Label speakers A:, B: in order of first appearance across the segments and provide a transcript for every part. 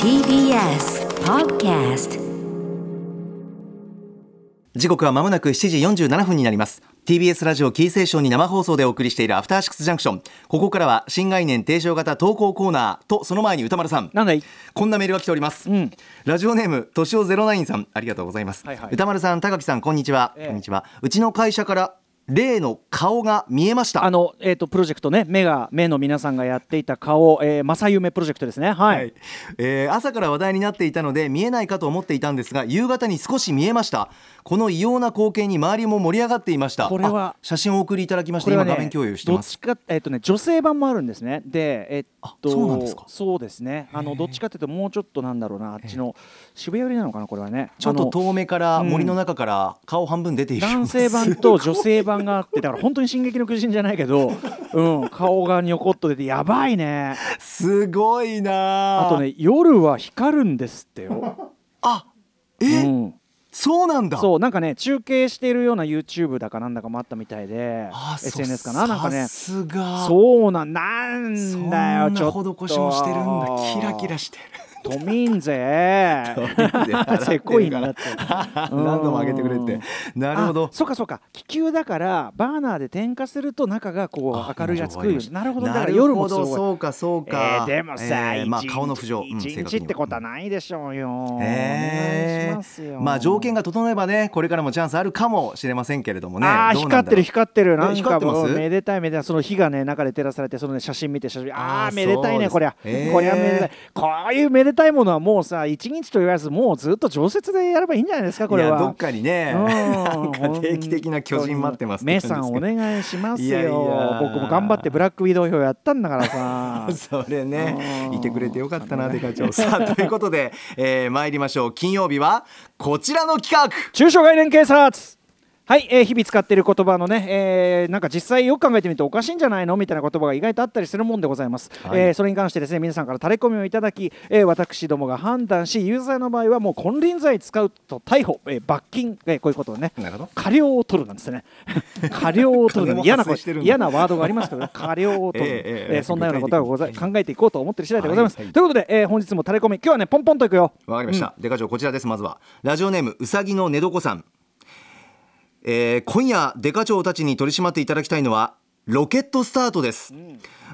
A: TBS Podcast
B: 時刻はまもなく7時47分になります TBS ラジオキーセーションに生放送でお送りしているアフターシックスジャンクションここからは新概念提唱型投稿コーナーとその前に歌丸さん
C: なんだい
B: こんなメールが来ております、
C: うん
B: ラジオネームとしおゼロナインさんありがとうございます、
C: はいはい
B: 歌丸さん高木さんこんにちは、
C: ええ
B: こんにちはうちの会社から例の顔が見えました
C: あの、えー、とプロジェクトね目が目の皆さんがやっていた顔、えー、正夢プロジェクトですねはい、
B: はいえー朝から話題になっていたので見えないかと思っていたんですが夕方に少し見えましたこの異様な光景に周りも盛り上がっていました
C: これは
B: あ写真をお送りいただきまし
C: こ
B: て、
C: れは
B: 今
C: ね
B: 画面共有して
C: ど
B: ま
C: っ
B: す
C: ちかえっ、とね女性版もあるんですねでえっ
B: あ
C: と
B: そうなんですか
C: そうですねあのどっちかっていうともうちょっとなんだろうなあっちの渋谷寄りなのかなこれはね
B: ちょっ
C: あ
B: と
C: の
B: 遠目から森の中から顔半分出ている、
C: 男 性版と女性版があってだから本当に「進撃の巨人」じゃないけど、うん、顔がにょこっと出てやばいね
B: すごいなあ
C: あとね夜は光るんですってよ、
B: あえ、
C: うん、
B: そうなんだ
C: そうなんかね中継しているような YouTube だかなんだかもあったみたいで
B: あそう
C: SNS かななんかね
B: さすが
C: そうなんなんだよちょっ
B: そんな
C: と
B: 施しもしてるんだキラキラしてる
C: 都 民税 せこいんだってうん
B: 何度も上げてくれてなるほど
C: あそうかそうか気球だからバーナーで点火すると中がこ
B: あ
C: う明るいやつくるようになるほどだ
B: な
C: から
B: る
C: 夜
B: ほ
C: もす
B: ど
C: ごい
B: そうかそう
C: え
B: か
C: ー、でもさ、
B: えー
C: 一
B: まあ
C: 日
B: 顔の浮上うん
C: 一
B: 正確
C: 日
B: に
C: ってことはないでしょうよ、
B: えー
C: お願いしますよ
B: まあ条件が整えばねこれからもチャンスあるかもしれませんけれどもね
C: ああ
B: どうなんだろう
C: 光ってる光ってるなん
B: 光っ
C: か
B: てます
C: もうめでたいめでたいその火がね中で照らされてそのね写真見て写真あ
B: あ
C: あ
B: ー
C: めでたいね
B: そ
C: こ
B: う
C: りゃ、
B: です
C: こりゃ
B: へー
C: めでたいこういうめでたいものはもうさ一日と言わずもうずっと常設でやればいいんじゃないですかこれ
B: いやど
C: は
B: っ。かにね
C: う ん
B: なんか定期的な巨人待ってます
C: メイさんお願いしますよ
B: いやいや
C: 僕も頑張ってブラックウィドウ票やったんだから さ
B: それね
C: うん
B: いてくれてよかったなデカ長さあということで、えー、参りましょう金曜日はこちらの企画
C: 中小概念警察はい、えー日々使っている言葉のね、えーなんか実際よく考えてみるとおかしいんじゃないのみたいな言葉が意外とあったりするもんでございます、
B: はい
C: えーそれに関してですね皆さんからタレコミをいただき、えー私どもが判断し有罪の場合はもう金輪際使うと逮捕、えー罰金、えーこういうことをね
B: なるほど
C: 過料を取るなんです ね過料を取るなんて嫌な
B: 金も発生
C: こ
B: してるんだ
C: 嫌なワードがあります けどね過料を取る、
B: え
C: え
B: えええ
C: ーそんなようなことはござ
B: 具体的
C: 考えていこうと思ってる次第でございます、
B: はいはい
C: ということで、えー本日もタレコミ今日はねポンポンといくよ
B: わかりました、デカ長こちらですまずはラジオネームうさぎの寝床さん、えー今夜デカ長たちに取り締まっていただきたいのはロケットスタートです、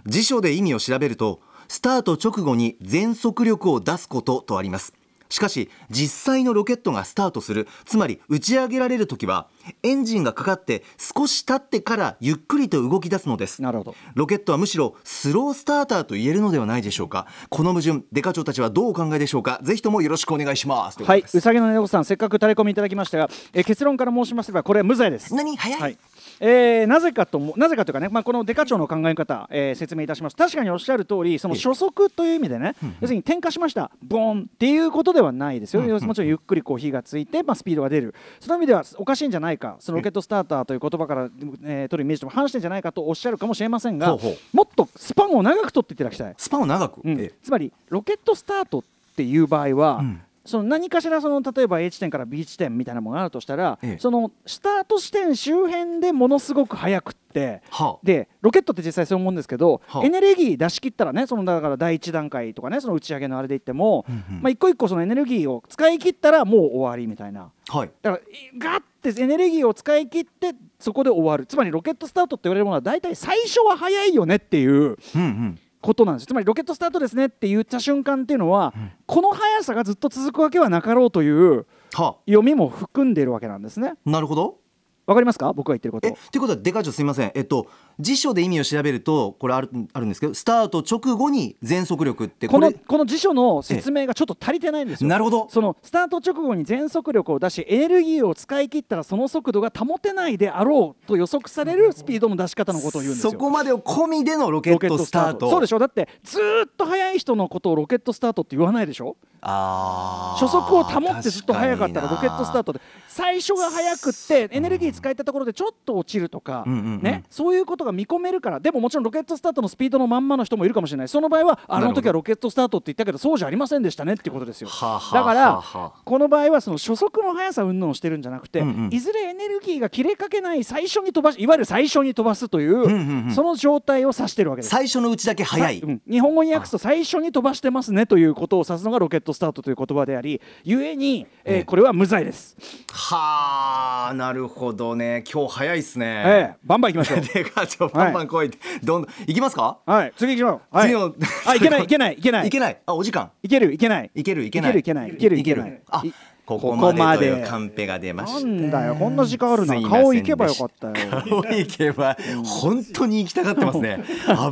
B: 辞書で意味を調べるとスタート直後に全速力を出すこととありますしかし実際のロケットがスタートするつまり打ち上げられる時はエンジンがかかって少し経ってからゆっくりと動き出すのです
C: なるほど
B: ロケットはむしろスロースターターと言えるのではないでしょうかこの矛盾デカ長たちはどうお考えでしょうかぜひともよろしくお願いしますというこ
C: は
B: と
C: い
B: で、す
C: うさぎのねこさん、せっかくタレコミいただきましたが、えー結論から申しますれば、これは無罪です。
B: 何早い、
C: はいえーなぜかともなぜかというかね、まあ、このデカ長の考え方、えー説明いたします確かにおっしゃる通りその初速という意味でね、要するに点火しましたボンっていうことではないですよ、要するにもちろんゆっくりこう火がついて、まあ、スピードが出るその意味ではおかしいんじゃないかそのロケットスターターという言葉から、えー取るイメージとも反してんじゃないかとおっしゃるかもしれませんが
B: ほうほう
C: もっとスパンを長く取っていただきたい。
B: スパンを長く、
C: うん
B: え
C: つまりロケットスタートっていう場合は、
B: うん
C: その何かしらその例えば A 地点から B 地点みたいなものがあるとしたら、
B: ええ
C: そのスタート地点周辺でものすごく速くって。
B: はあ
C: でロケットって実際そう思うんですけど、
B: はあ
C: エネルギー出し切ったらねそのだから第一段階とかねその打ち上げのあれでいっても、
B: うんうん
C: まあ、一個一個そのエネルギーを使い切ったらもう終わりみたいな
B: はい
C: だからいガッてエネルギーを使い切ってそこで終わるつまりロケットスタートって言われるものは大体最初は速いよねっていう
B: うんうん
C: ことなんですつまりロケットスタートですねって言った瞬間っていうのは、この速さがずっと続くわけはなかろうという
B: は
C: 読みも含んでいるわけなんですね。
B: あなるほど
C: わかりますか僕が言ってるこ
B: え
C: と。
B: ということはデカ長すみませんえっと辞書で意味を調べるとこれあるあるんですけどスタート直後に全速力って
C: こ
B: こ
C: の
B: れ
C: この辞書の説明がちょっと足りてないんですよ。
B: なるほど
C: そのスタート直後に全速力を出しエネルギーを使い切ったらその速度が保てないであろうと予測されるスピードの出し方のことを言うんですよ。
B: そこまでを込みでのロケットスタート
C: そうで
B: し
C: しょだってずーっと速い人のことをロケットスタートって言わないでしょ
B: あー
C: 初速を保ってずっと速かったらロケットスタ
B: 確かに
C: ー
B: な
C: トで最初が速くってエネルギー使えたところでちょっと落ちるとか、
B: うんうんうん
C: ね、そういうことがが見込めるからでももちろんロケットスタートのスピードのまんまの人もいるかもしれないその場合はあ
B: なる
C: の
B: ほど
C: 時はロケットスタートって言ったけどそうじゃありませんでしたねっていうことですよ
B: はあはあ
C: だか
B: はあ
C: ら
B: はあ
C: この場合はその初速の速さ云々をしてるんじゃなくて、
B: うんうん
C: いずれエネルギーが切れかけない最初に飛ばしいわゆる最初に飛ばすという,、
B: んうん
C: その状態を指してるわけです。
B: 最初のうちだけ早い、
C: うん日本語に訳すと最初に飛ばしてますねということを指すのがロケットスタートという言葉でありゆえに、えー
B: ええ
C: これは無罪です、
B: はあなるほどね今日早いっす
C: え
B: ね、
C: えバンバンいきましょ う
B: で課長パンパン来いって、どんどん行きますか
C: はい次行きましょう、はい、
B: 次の
C: あいけないいけないいけない
B: いけないあお時間
C: いけるいけない
B: いけるいけない
C: いけるいけない
B: い
C: い
B: け
C: け
B: る
C: るいけない
B: あ
C: い
B: ここまでという
C: ここ
B: カ
C: ま
B: ンペが出ました
C: なんだよこんな時間ある
B: すい
C: な
B: ませんでした
C: 顔いけばよかったよ
B: 顔行けば本当に行きたがってますね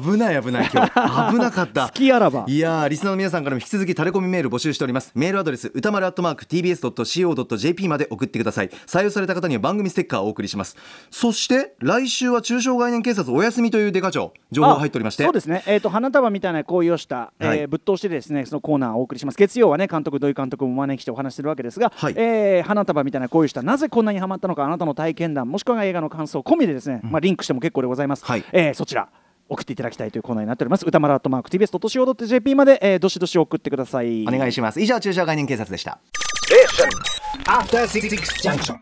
B: 危ない危ない今日危なかった
C: 好きあらば
B: いやーリスナーの皆さんからも引き続きタレコミメール募集しておりますメールアドレス歌丸アットマーク TBS.CO.jp まで送ってください採用された方には番組ステッカーをお送りしますそして来週は中小概念警察お休みというデカ長情報が入っておりまして
C: あそうですね、えー、と花束みたいな行為をした、えー
B: はい
C: ぶっ通してですねそのコーナーをお送りします月曜はね監督土井監督もお招きしてお話しするわけですが、
B: はい
C: えー花束みたいな行為をしたなぜこんなにハマったのかあなたの体験談もしくは映画の感想込みでですね、まあ、リンクしても結構でございます、
B: はい
C: えーそちら送っていただきたいというコーナーになっております歌丸アットマーク TBS.CO.jp まで、えーどしどし送ってください
B: お願いします以上中小概念警察でした
D: After Six Junction.